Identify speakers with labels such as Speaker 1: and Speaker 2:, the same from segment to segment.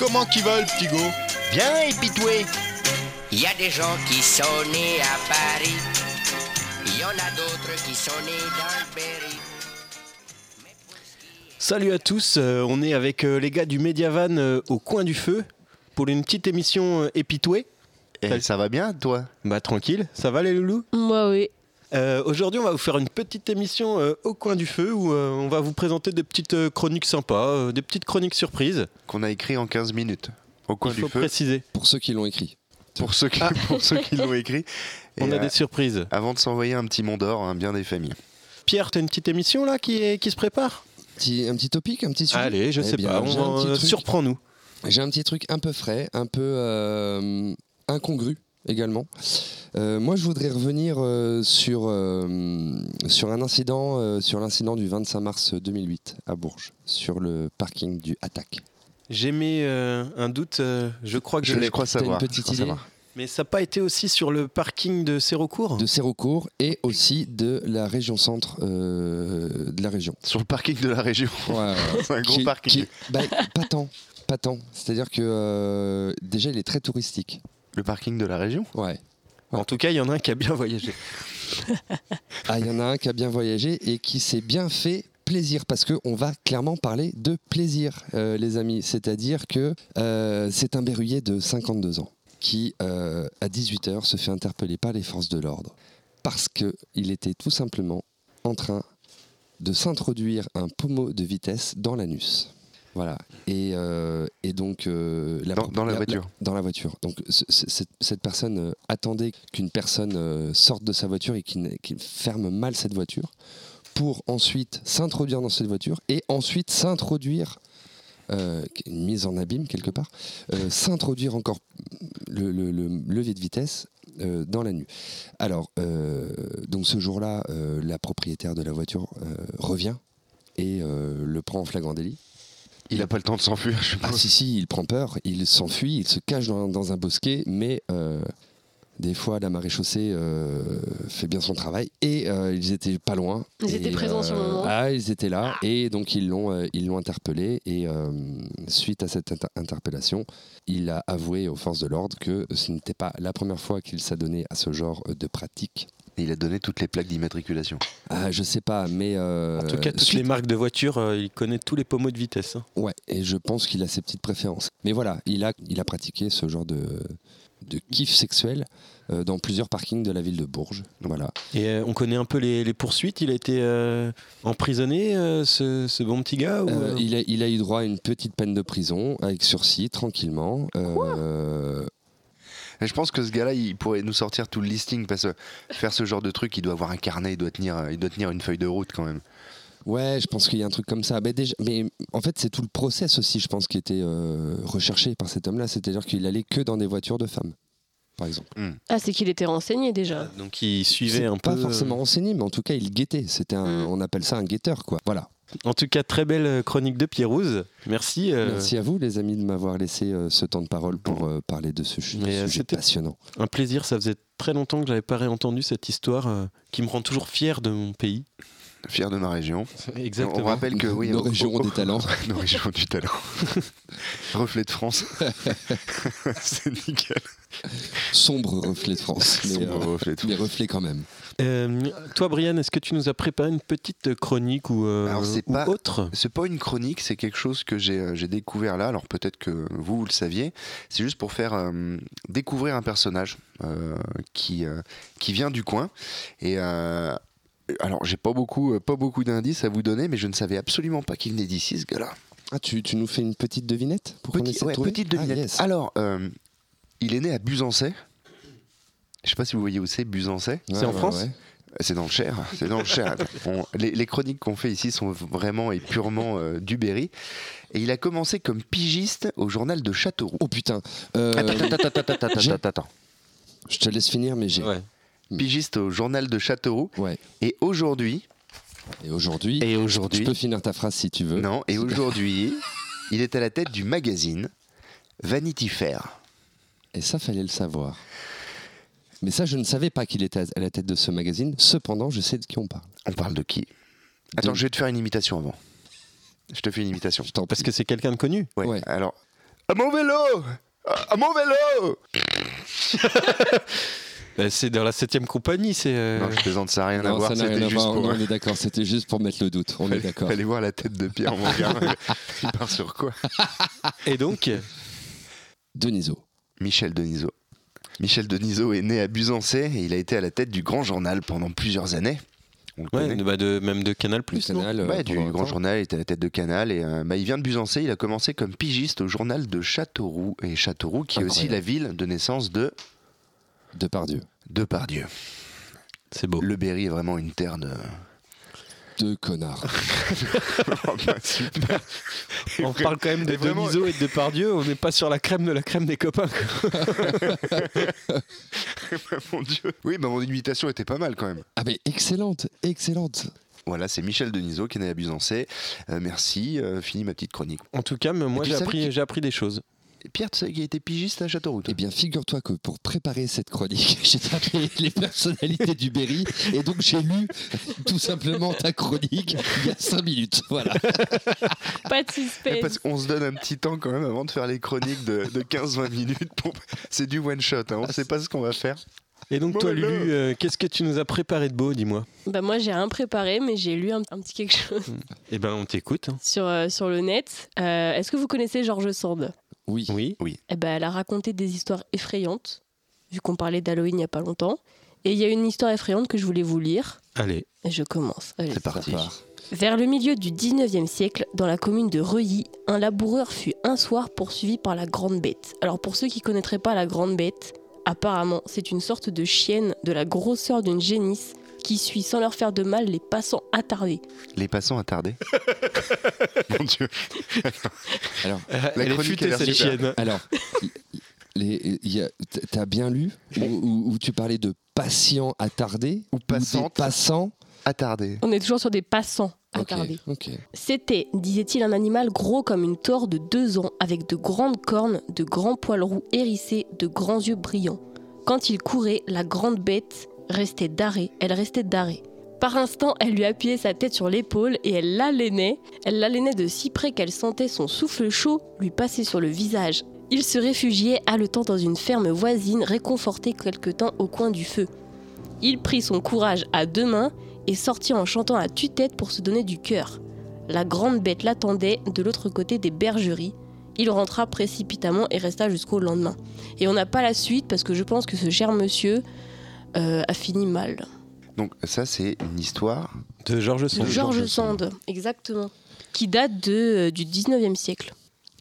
Speaker 1: moment qu'ils veulent, petit go. Viens et pitoué.
Speaker 2: Il y a des gens qui sont nés à Paris. Il y en a d'autres qui sont nés dans le Berry.
Speaker 1: Salut à tous, euh, on est avec euh, les gars du Mediavan euh, au coin du feu pour une petite émission euh, épitouée.
Speaker 3: Et ça va bien, toi
Speaker 1: Bah tranquille, ça va les loulous
Speaker 4: Moi, oui.
Speaker 1: Euh, Aujourd'hui, on va vous faire une petite émission euh, au coin du feu où euh, on va vous présenter des petites euh, chroniques sympas, euh, des petites chroniques surprises.
Speaker 3: Qu'on a écrit en 15 minutes. Au coin
Speaker 1: Il
Speaker 3: du
Speaker 1: faut
Speaker 3: feu,
Speaker 1: préciser.
Speaker 5: pour ceux qui l'ont écrit.
Speaker 3: pour ceux qui, pour ceux qui l'ont écrit. Et,
Speaker 1: on a
Speaker 3: euh,
Speaker 1: des surprises.
Speaker 3: Avant de s'envoyer un petit mont d'or, hein, bien des familles.
Speaker 1: Pierre, t'as une petite émission là qui, est- qui se prépare
Speaker 5: Petit- un petit topic, un petit sujet.
Speaker 1: Allez, je
Speaker 5: Eh
Speaker 1: sais
Speaker 5: bien,
Speaker 1: pas,
Speaker 5: j'ai un
Speaker 1: on-
Speaker 5: petit
Speaker 1: euh,
Speaker 5: truc.
Speaker 1: surprends-nous.
Speaker 5: J'ai un petit truc un peu frais, un peu euh, incongru également. Euh, moi, je voudrais revenir euh, sur, euh, sur un incident, euh, sur l'incident du 25 mars 2008 à Bourges, sur le parking du Attac.
Speaker 1: J'ai mis euh, un doute, euh, je crois que je,
Speaker 3: Je, je
Speaker 1: l'ai.
Speaker 3: crois
Speaker 5: T'as une
Speaker 3: savoir. je
Speaker 5: petite
Speaker 3: crois
Speaker 5: idée
Speaker 3: savoir.
Speaker 1: Mais ça n'a pas été aussi sur le parking de Sérocourt
Speaker 5: de Sérocourt et aussi de la région centre euh, de la région.
Speaker 3: Sur le parking de la région. C'est un gros
Speaker 5: Qui-
Speaker 3: parking.
Speaker 5: qui- bah, pas tant, pas tant. C'est-à-dire que euh, déjà, il est très touristique.
Speaker 3: Le parking de la région
Speaker 5: Ouais.
Speaker 1: En tout cas, il y en a un qui a bien voyagé.
Speaker 5: Euh, Ah, il y en a un qui a bien voyagé et qui s'est bien fait plaisir parce que on va clairement parler de plaisir, euh, les amis. C'est-à-dire que euh, c'est un berruyer de 52 ans qui, euh, à 18h, se fait interpeller par les forces de l'ordre parce qu'il était tout simplement en train de s'introduire un pommeau de vitesse dans l'anus. Voilà. Et, euh, et donc. euh, la
Speaker 3: Dans- dans la voiture.
Speaker 5: dans la voiture. Donc ce- ce- cette, cette personne euh, attendait qu'une personne euh, sorte de sa voiture et qu'il qu'il ferme mal cette voiture pour ensuite s'introduire dans cette voiture et ensuite s'introduire, euh, une mise en abîme quelque part, euh, s'introduire encore le, le- le levier de vitesse euh, dans la nuit. Alors, euh, donc ce jour-là, euh, la propriétaire de la voiture euh, revient et euh, le prend en flagrant délit.
Speaker 3: Il n'a pas le temps de s'enfuir, je
Speaker 5: Ah
Speaker 3: pense.
Speaker 5: si si, il prend peur, il s'enfuit, il se cache dans, dans un bosquet, mais euh, des fois la marée chaussée euh, fait bien son travail et euh, ils étaient pas loin.
Speaker 4: Ils
Speaker 5: Et,
Speaker 4: étaient présents sur le moment.
Speaker 5: Ah, ils étaient là et donc ils l'ont euh, ils l'ont interpellé et euh, suite à cette inter- interpellation, il a avoué aux forces de l'ordre que ce n'était pas la première fois qu'il s'adonnait à ce genre de pratique.
Speaker 3: Et il a donné toutes les plaques d'immatriculation.
Speaker 5: Ah, je sais pas, mais euh,
Speaker 1: En tout cas, toutes
Speaker 5: suite-
Speaker 1: les marques de voitures, euh, il connaît tous les pommeaux de vitesse. hein.
Speaker 5: Ouais, et je pense qu'il a ses petites préférences. Mais voilà, il a, il a pratiqué ce genre de, de kiff sexuel euh, dans plusieurs parkings de la ville de Bourges. Voilà.
Speaker 1: Et euh, on connaît un peu les, les poursuites. Il a été euh, emprisonné, euh, ce, ce bon petit gars ou,
Speaker 5: Euh,
Speaker 1: euh,
Speaker 5: il, a, il a eu droit à une petite peine de prison avec sursis, tranquillement. Euh,
Speaker 3: Et je pense que ce gars-là, il pourrait nous sortir tout le listing parce que faire ce genre de truc, il doit avoir un carnet, il doit tenir, euh, il doit tenir une feuille de route quand même.
Speaker 5: ouais, je pense qu'il y a un truc comme ça. Mais, déjà, mais en fait, c'est tout le process aussi, je pense, qui était euh, recherché par cet homme-là. C'est-à-dire qu'il allait que dans des voitures de femmes, par exemple.
Speaker 4: Ah, c'est qu'il était renseigné déjà.
Speaker 1: euh, Donc il suivait
Speaker 5: C'est
Speaker 1: un
Speaker 5: pas
Speaker 1: peu. euh, Hmm.
Speaker 5: forcément renseigné, mais en tout cas, il guettait. C'était un-
Speaker 4: Mm.
Speaker 5: On appelle ça un guetteur, quoi. Voilà.
Speaker 1: En tout cas, très belle euh, chronique de Pierrouze. Merci. euh,
Speaker 5: Merci à vous, les amis, de m'avoir laissé euh, ce temps de parole pour euh, parler de ce ch-
Speaker 1: Mais, euh,
Speaker 5: sujet
Speaker 1: c'était-
Speaker 5: passionnant.
Speaker 1: Un plaisir. Ça faisait très longtemps que j'avais pas réentendu cette histoire euh, qui me rend toujours fier de mon pays.
Speaker 3: Fier de ma région. On
Speaker 1: Exactement.
Speaker 3: rappelle que oui,
Speaker 5: Nos
Speaker 3: au-
Speaker 5: régions
Speaker 3: au-
Speaker 5: ont des talents.
Speaker 3: Nos régions ont du talent. Reflet de France. C'est nickel.
Speaker 5: Sombre reflet de
Speaker 3: Ah,
Speaker 5: France, mais,
Speaker 3: Sombre
Speaker 5: euh,
Speaker 3: reflet de
Speaker 5: mais
Speaker 3: France.
Speaker 5: reflet quand même.
Speaker 1: Euh, toi, Brian, est-ce que tu nous as préparé une petite chronique ou, euh,
Speaker 3: Alors, c'est
Speaker 1: ou
Speaker 3: pas-
Speaker 1: autre
Speaker 3: C'est pas une chronique, c'est quelque chose que j'ai euh, j'ai découvert là. Alors peut-être que vous, vous le saviez. C'est juste pour faire euh, découvrir un personnage euh, qui, euh, qui vient du coin. Et euh, alors j'ai pas beaucoup, euh, pas beaucoup d'indices à vous donner, mais je ne savais absolument pas qu'il venait d'ici, ce gars-là.
Speaker 5: Ah, tu, tu nous fais une petite devinette pour qu'on
Speaker 3: Petit-
Speaker 5: essaie de
Speaker 3: ouais,
Speaker 5: trouver
Speaker 3: petite
Speaker 5: Ah,
Speaker 3: devinette.
Speaker 5: yes.
Speaker 3: Alors, euh, il est né à Buzancais. Je sais pas si vous voyez où c'est, Buzancais.
Speaker 5: Ouais,
Speaker 1: c'est en
Speaker 5: ouais,
Speaker 1: France
Speaker 5: ouais.
Speaker 3: C'est dans le Cher. C'est dans le Cher. On- les, les chroniques qu'on fait ici sont vraiment et purement euh, du Berry. Et il a commencé comme pigiste au journal de Châteauroux.
Speaker 5: Oh putain, Euh,
Speaker 3: Attends, attends, attends, attends, attends,
Speaker 5: j'ai-
Speaker 3: attends, attends.
Speaker 5: je te laisse finir, mais j'ai. Ouais.
Speaker 1: Ouais.
Speaker 3: Pigiste au journal de Châteauroux. Et aujourd'hui.
Speaker 5: Et aujourd'hui,
Speaker 3: Et
Speaker 5: tu
Speaker 3: aujourd'hui.
Speaker 5: peux finir ta phrase si tu veux.
Speaker 3: Non, et aujourd'hui, il est à la tête du magazine Vanity Fair.
Speaker 5: Et ça, fallait le savoir. Mais ça, je ne savais pas qu'il était à la tête de ce magazine. Cependant, je sais de qui on parle.
Speaker 3: On parle de qui Attends, je vais te faire une imitation avant. Je te fais une imitation.
Speaker 5: Je t'en
Speaker 1: Parce que c'est quelqu'un de connu.
Speaker 3: Ouais.
Speaker 5: Ouais.
Speaker 3: Alors, À mon vélo À à mon vélo
Speaker 1: Bah, c'est dans la septième compagnie, c'est. euh,
Speaker 3: Non, je plaisante, ça n'a rien à
Speaker 5: Non,
Speaker 3: voir,
Speaker 5: ça n'a rien
Speaker 3: c'était
Speaker 5: à
Speaker 3: juste
Speaker 5: voir.
Speaker 3: pour.
Speaker 5: Non, on est d'accord, c'était juste pour mettre le doute. On est
Speaker 3: Allez,
Speaker 5: d'accord.
Speaker 3: allez voir la tête de Pierre, mon gars. Il part sur quoi
Speaker 1: Et donc,
Speaker 5: Deniso.
Speaker 3: Michel Denisot. Michel Denisot est né à Busancé et il a été à la tête du Grand Journal pendant plusieurs années. On le
Speaker 1: ouais,
Speaker 3: connaît.
Speaker 1: bah, de, même de Canal Plus. non
Speaker 5: Canal, euh,
Speaker 3: Ouais, du
Speaker 5: pendant un
Speaker 3: Grand
Speaker 5: temps.
Speaker 3: Journal, il était à la tête de Canal et euh, bah, il vient de Busancé. Il a commencé comme pigiste au journal de Châteauroux et Châteauroux, qui est aussi la
Speaker 5: Incroyable.
Speaker 3: ville de naissance de
Speaker 5: Depardieu.
Speaker 3: Depardieu.
Speaker 1: C'est beau.
Speaker 3: Le Berry est vraiment une terre de.
Speaker 5: Deux connards.
Speaker 1: On parle quand même de
Speaker 3: Et vraiment-
Speaker 1: Deniso et de Depardieu, on n'est pas sur la crème de la crème des copains. quoi.
Speaker 3: mon Dieu. Oui, bah, mon imitation était pas mal quand même.
Speaker 5: Ah, mais excellente, excellente.
Speaker 3: Voilà, c'est Michel Denisot qui est né à Busancé. Euh, merci, euh, fini ma petite chronique.
Speaker 1: En tout cas, mais moi
Speaker 3: tu
Speaker 1: j'ai
Speaker 3: savais
Speaker 1: appris,
Speaker 3: qu'il-
Speaker 1: j'ai appris des choses.
Speaker 3: Et Pierre, tu sais qui a été pigiste à Châteauroux toi
Speaker 5: Eh bien, figure-toi que pour préparer cette chronique, j'ai tapé les personnalités du Berry et donc j'ai lu tout simplement ta chronique il y a cinq minutes. Voilà.
Speaker 4: Pas de
Speaker 3: Eh,
Speaker 4: suspense.
Speaker 3: Parce qu'on se donne un petit temps quand même avant de faire les chroniques de, de 15-20 minutes. pour- C'est du one shot, hein, on ne sait pas ce qu'on va faire.
Speaker 1: Et donc,
Speaker 3: Bon,
Speaker 1: toi,
Speaker 3: mais là-
Speaker 1: Lulu, euh, qu'est-ce que tu nous as préparé de beau, dis-moi
Speaker 4: Bah, moi, j'ai rien préparé, mais j'ai lu un, un petit quelque chose
Speaker 1: Eh ben, on t'écoute. hein.
Speaker 4: sur, euh, sur le net. Euh, Est-ce que vous connaissez George Sand
Speaker 5: Oui.
Speaker 1: Oui.
Speaker 4: Eh ben, Elle a raconté des histoires effrayantes, vu qu'on parlait d'Halloween il n'y a pas longtemps. Et il y a une histoire effrayante que je voulais vous lire.
Speaker 1: Allez.
Speaker 4: Et je commence. Allez.
Speaker 3: C'est parti.
Speaker 4: Vers le milieu du 19e siècle, dans la commune de Reuilly, un laboureur fut un soir poursuivi par la Grande Bête. Alors pour ceux qui ne connaîtraient pas la Grande Bête, apparemment c'est une sorte de chienne de la grosseur d'une génisse qui suit sans leur faire de mal les passants attardés.
Speaker 3: Les passants attardés. Mon Dieu.
Speaker 1: Euh, Elle est
Speaker 3: chronique
Speaker 1: futée,
Speaker 3: est
Speaker 1: cette
Speaker 3: super.
Speaker 1: chienne.
Speaker 5: Alors, les- il y a- t'as bien lu où, où- où tu parlais de patients attardés
Speaker 3: Ou
Speaker 5: des
Speaker 3: passantes
Speaker 5: passants
Speaker 3: attardés.
Speaker 4: On est toujours sur des passants
Speaker 5: Ok,
Speaker 4: attardés.
Speaker 5: ok.
Speaker 4: C'était, disait-il, un animal gros comme une tore de deux ans, avec de grandes cornes, de grands poils roux hérissés, de grands yeux brillants. Quand il courait, la grande bête restait d'arrêt, elle restait d'arrêt. Par instant, elle lui appuyait sa tête sur l'épaule et elle l'alénait. Elle l'alénait de si près qu'elle sentait son souffle chaud lui passer sur le visage. Il se réfugiait, haletant dans une ferme voisine, réconforté quelque temps au coin du feu. Il prit son courage à deux mains et sortit en chantant à tue-tête pour se donner du cœur. La grande bête l'attendait de l'autre côté des bergeries. Il rentra précipitamment et resta jusqu'au lendemain. Et on n'a pas la suite parce que je pense que ce cher monsieur euh, a fini mal.
Speaker 3: Donc ça, c'est une histoire.
Speaker 1: De Georges
Speaker 4: De
Speaker 1: Sand.
Speaker 4: Georges Sand, exactement. Qui date de, euh, du 19e siècle.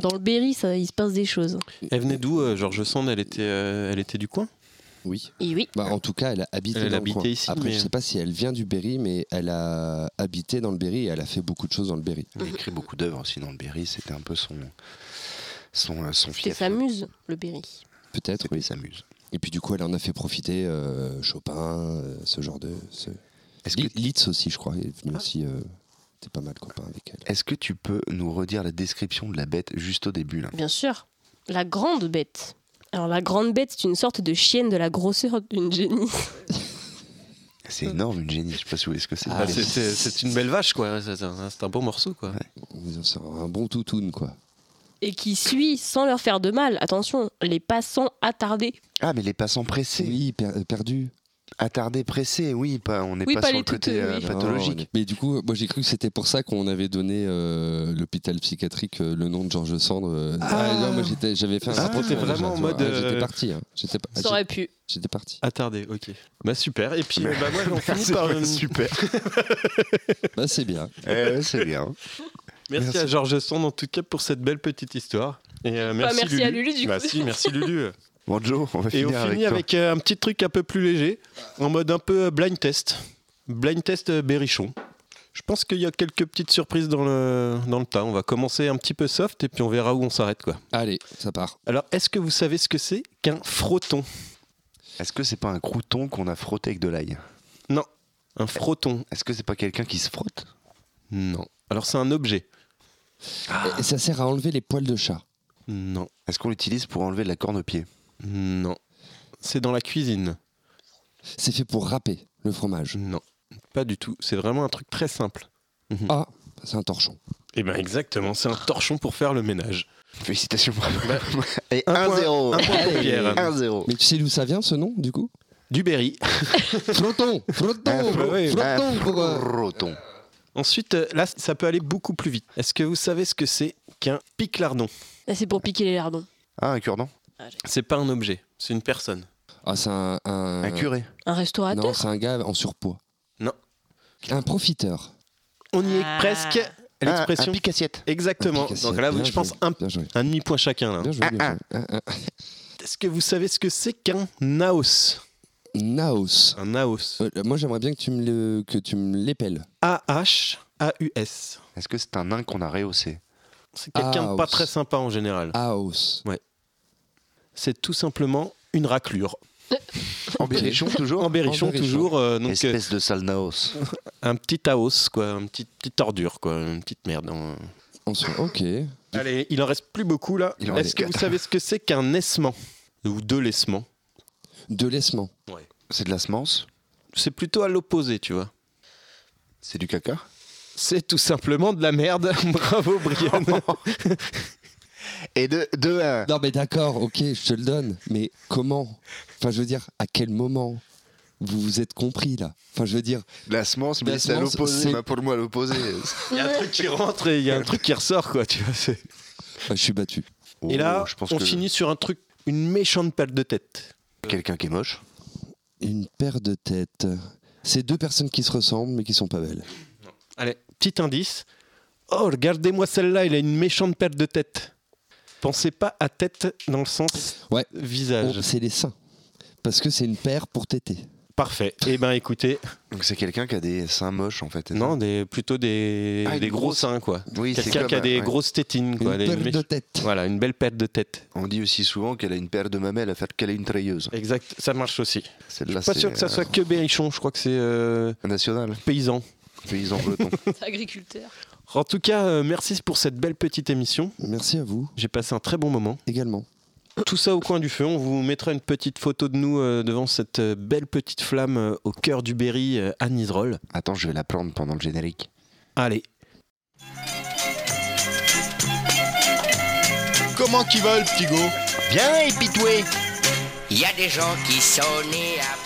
Speaker 4: Dans le Berry, ça, il se passe des choses.
Speaker 1: Elle venait d'où, euh, Georges Sand elle était, euh, elle était du coin
Speaker 5: Oui.
Speaker 4: Et oui,
Speaker 5: Bah, en tout cas, elle a habité
Speaker 1: Elle
Speaker 5: dans
Speaker 1: habitait
Speaker 5: le coin.
Speaker 1: ici,
Speaker 5: Après,
Speaker 1: mais-
Speaker 5: je sais pas si elle vient du Berry, mais elle a habité dans le Berry et elle a fait beaucoup de choses dans le Berry.
Speaker 3: Il a écrit beaucoup d'œuvres aussi dans le Berry. C'était un peu son, son, euh, son
Speaker 4: c'était
Speaker 3: fief.
Speaker 4: sa muse, le Berry.
Speaker 5: Peut-être,
Speaker 3: Oui,
Speaker 5: oui.
Speaker 3: il s'amuse.
Speaker 5: Et puis du coup, elle en a fait profiter euh, Chopin, euh, ce genre de. ce-
Speaker 3: Est-ce que,
Speaker 5: Li- Litz aussi, je crois, est
Speaker 4: Ah.
Speaker 5: venu aussi. euh, T'es pas mal copain avec elle.
Speaker 3: est-ce que tu peux nous redire la description de la bête juste au début là
Speaker 4: Bien sûr. La grande bête. Alors, la grande bête, c'est une sorte de chienne de la grosseur d'une génie.
Speaker 3: C'est
Speaker 4: Euh.
Speaker 3: énorme, une génie. Je sais pas si vous voyez ce que c'est.
Speaker 5: Ah,
Speaker 1: c'est, c'est- c'est une belle vache, quoi. C'est un, c'est un beau morceau, quoi.
Speaker 5: C'est un bon toutoun, quoi.
Speaker 4: et qui suit sans leur faire de mal, attention, les passants attardés.
Speaker 3: Ah, mais les passants pressés.
Speaker 5: Oui, per- euh, perdu.
Speaker 3: Attardés, pressés, oui. Pas, on n'est
Speaker 4: Oui,
Speaker 3: pas,
Speaker 4: pas
Speaker 3: sur
Speaker 4: les
Speaker 3: le côté
Speaker 4: toutes,
Speaker 3: euh,
Speaker 4: oui.
Speaker 3: pathologique.
Speaker 5: Non, Oh, on est- mais du coup, moi j'ai cru que c'était pour ça qu'on avait donné euh, l'hôpital psychiatrique euh, le nom de Georges Sand. euh.
Speaker 1: Ah.
Speaker 5: non, moi j'étais- j'avais fait un
Speaker 1: Ah,
Speaker 5: rapprochement
Speaker 1: t'es
Speaker 5: déjà,
Speaker 1: vraiment en
Speaker 5: tu vois.
Speaker 1: mode,
Speaker 5: Ah, J'étais
Speaker 1: euh,
Speaker 5: parti. hein. J'étais pas-
Speaker 4: Ça aurait pu.
Speaker 5: j'étais parti.
Speaker 1: Attardé, ok. Bah super. Et puis, euh, bah, moi, on finit
Speaker 3: C'est
Speaker 1: par
Speaker 3: pas
Speaker 1: une-
Speaker 3: super.
Speaker 5: Bah, c'est bien.
Speaker 3: Eh ouais, c'est bien.
Speaker 1: Merci,
Speaker 3: Merci.
Speaker 1: à Georges Sand, en tout cas, pour cette belle petite histoire. Et euh, merci,
Speaker 4: merci
Speaker 1: Lulu.
Speaker 4: à Lulu, du
Speaker 1: Bah
Speaker 4: coup.
Speaker 1: si, merci Lulu.
Speaker 3: Bonjour, on va
Speaker 1: Et
Speaker 3: finir
Speaker 1: on
Speaker 3: avec,
Speaker 1: finit
Speaker 3: toi.
Speaker 1: avec euh, un petit truc un peu plus léger, en mode un peu euh, blind test. Blind test euh, berrichon. Je pense qu'il y a quelques petites surprises dans le, dans le tas. On va commencer un petit peu soft et puis on verra où on s'arrête. quoi.
Speaker 5: Allez, ça part.
Speaker 1: Alors, est-ce que vous savez ce que c'est qu'un frotton
Speaker 3: Est-ce que c'est pas un crouton qu'on a frotté avec de l'ail
Speaker 1: Un frotton
Speaker 3: Est-ce que c'est pas quelqu'un qui se frotte
Speaker 1: Non. Alors, c'est un objet Ah.
Speaker 5: Et ça sert à enlever les poils de chat.
Speaker 1: Non.
Speaker 3: Est-ce qu'on l'utilise pour enlever de la corne au pied
Speaker 1: Non. C'est dans la cuisine
Speaker 5: C'est fait pour râper le fromage.
Speaker 1: Non. Pas du tout. C'est vraiment un truc très simple.
Speaker 5: Ah, c'est un torchon.
Speaker 1: ben, Eh bien, exactement. C'est un torchon pour faire le ménage.
Speaker 3: Félicitations, bravo. Et
Speaker 1: un point-
Speaker 3: 1-0.
Speaker 1: un point pour
Speaker 3: Allez,
Speaker 1: Pierre.
Speaker 3: 1-0.
Speaker 5: Mais tu sais d'où ça vient ce nom, du coup
Speaker 1: Du Berry.
Speaker 5: Froton
Speaker 3: Un
Speaker 5: Froton
Speaker 1: ouais,
Speaker 5: Froton
Speaker 3: Un
Speaker 5: pourquoi
Speaker 3: Roton.
Speaker 1: Ensuite, euh, là, ça peut aller beaucoup plus vite. Est-ce que vous savez ce que c'est qu'un piclardon
Speaker 4: Là, c'est pour piquer les lardons.
Speaker 3: Ah, un cure-dent
Speaker 1: C'est pas un objet, c'est une personne.
Speaker 5: Ah, c'est un. un-
Speaker 1: Euh,
Speaker 3: Un curé
Speaker 4: Un restaurateur
Speaker 5: Non, c'est un gars en surpoids.
Speaker 1: Non.
Speaker 5: Un profiteur.
Speaker 1: On y
Speaker 4: Ah.
Speaker 1: est presque.
Speaker 3: Un-
Speaker 1: L'expression.
Speaker 3: Un pique-assiette
Speaker 1: Exactement.
Speaker 5: Efficace.
Speaker 1: Donc là,
Speaker 5: Ah, Bien
Speaker 1: je pense
Speaker 5: joué.
Speaker 1: un, Ah,
Speaker 5: Bien joué.
Speaker 1: un demi-point chacun. là.
Speaker 5: Bien joué, bien
Speaker 3: Un,
Speaker 5: joué. Un, un.
Speaker 1: Est-ce que vous savez ce que c'est qu'un naos
Speaker 5: Naos.
Speaker 1: Un naos.
Speaker 5: Euh, moi, j'aimerais bien que tu me le- que tu me l'épelles.
Speaker 1: A-H-A-U-S.
Speaker 3: Est-ce que c'est un nain qu'on a rehaussé
Speaker 1: C'est quelqu'un de pas
Speaker 5: Aos.
Speaker 1: très sympa en général.
Speaker 5: Aos.
Speaker 1: C'est tout simplement une raclure.
Speaker 3: En Oh, berrichon, toujours
Speaker 1: En berrichon,
Speaker 5: berrichon.
Speaker 1: toujours. euh, donc, euh,
Speaker 3: Espèce de sale naos.
Speaker 1: un petit aos, quoi. Une petite, petite ordure, quoi. Une petite merde. hein.
Speaker 5: On se- Ok.
Speaker 1: Allez, il en reste plus beaucoup, là.
Speaker 3: Il en
Speaker 1: Est-ce
Speaker 3: reste
Speaker 1: que vous savez ce que c'est qu'un essement Ou deux laissements
Speaker 5: De l'essement.
Speaker 3: C'est de la semence
Speaker 1: C'est plutôt à l'opposé, tu vois.
Speaker 3: C'est du caca
Speaker 1: C'est tout simplement de la merde. Bravo, Brian.
Speaker 3: Et de 2-1.
Speaker 5: Non, mais d'accord, ok, je te le donne. Mais comment Enfin, je veux dire, à quel moment vous vous êtes compris, là Enfin, je veux dire,
Speaker 3: La semence,
Speaker 5: La
Speaker 3: mais c'est à
Speaker 5: semence,
Speaker 3: l'opposé.
Speaker 5: c'est-
Speaker 3: Bah, Pour moi, à l'opposé.
Speaker 1: Il y a un truc qui rentre et il y a un truc qui ressort, quoi. Tu vois, c'est-
Speaker 5: euh, je suis battu.
Speaker 1: et là,
Speaker 3: Oh, je pense
Speaker 1: on
Speaker 3: que
Speaker 1: finit sur un truc, une méchante patte de tête.
Speaker 3: Quelqu'un qui est moche.
Speaker 5: Une paire de têtes. C'est deux personnes qui se ressemblent, mais qui sont pas belles.
Speaker 1: Allez, petit indice. Oh, regardez-moi celle-là, il a une méchante patte de tête. Pensez pas à tête dans le sens
Speaker 5: Ouais.
Speaker 1: visage.
Speaker 5: Oh, c'est les seins. Parce que c'est une paire pour téter.
Speaker 1: Parfait. Eh ben, écoutez,
Speaker 3: Donc c'est quelqu'un qui a des seins moches, en fait. c'est
Speaker 1: non, des, plutôt des,
Speaker 3: Ah, une
Speaker 1: des gros
Speaker 3: grosse-
Speaker 1: seins, quoi.
Speaker 3: ça Oui, c'est
Speaker 1: Quelqu'un
Speaker 3: comme, euh,
Speaker 1: qui a des
Speaker 3: ouais.
Speaker 1: grosses tétines, quoi.
Speaker 5: une
Speaker 1: des
Speaker 5: paire
Speaker 1: méch-
Speaker 5: de têtes.
Speaker 1: Voilà, une belle patte de tête.
Speaker 3: On dit aussi souvent qu'elle a une paire de mamelles à faire qu'elle a une treilleuse.
Speaker 1: Exact, ça marche aussi.
Speaker 3: Celle-là,
Speaker 1: Pas sûr
Speaker 3: c'est
Speaker 5: euh,
Speaker 1: que ça soit que Berrichon, je crois que c'est euh,
Speaker 3: euh, national.
Speaker 1: paysan.
Speaker 3: Paysan breton.
Speaker 4: Agriculteur.
Speaker 1: En tout cas, euh, merci pour cette belle petite émission.
Speaker 5: Merci à vous
Speaker 1: J'ai passé un très bon moment.
Speaker 5: également.
Speaker 1: Tout ça au coin du feu. On vous mettra une petite photo de nous euh, devant cette euh, belle petite flamme euh, au cœur du Berry euh, à Niserolles.
Speaker 3: Attends, je vais la prendre pendant le générique.
Speaker 1: Allez,
Speaker 6: Comment qui va le petit go
Speaker 2: Il y a des gens qui sont nés à